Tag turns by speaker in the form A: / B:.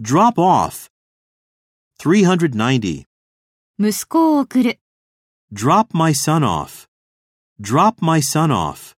A: Drop off. 390.
B: 息子を送る。
A: Drop my son off. Drop my son off.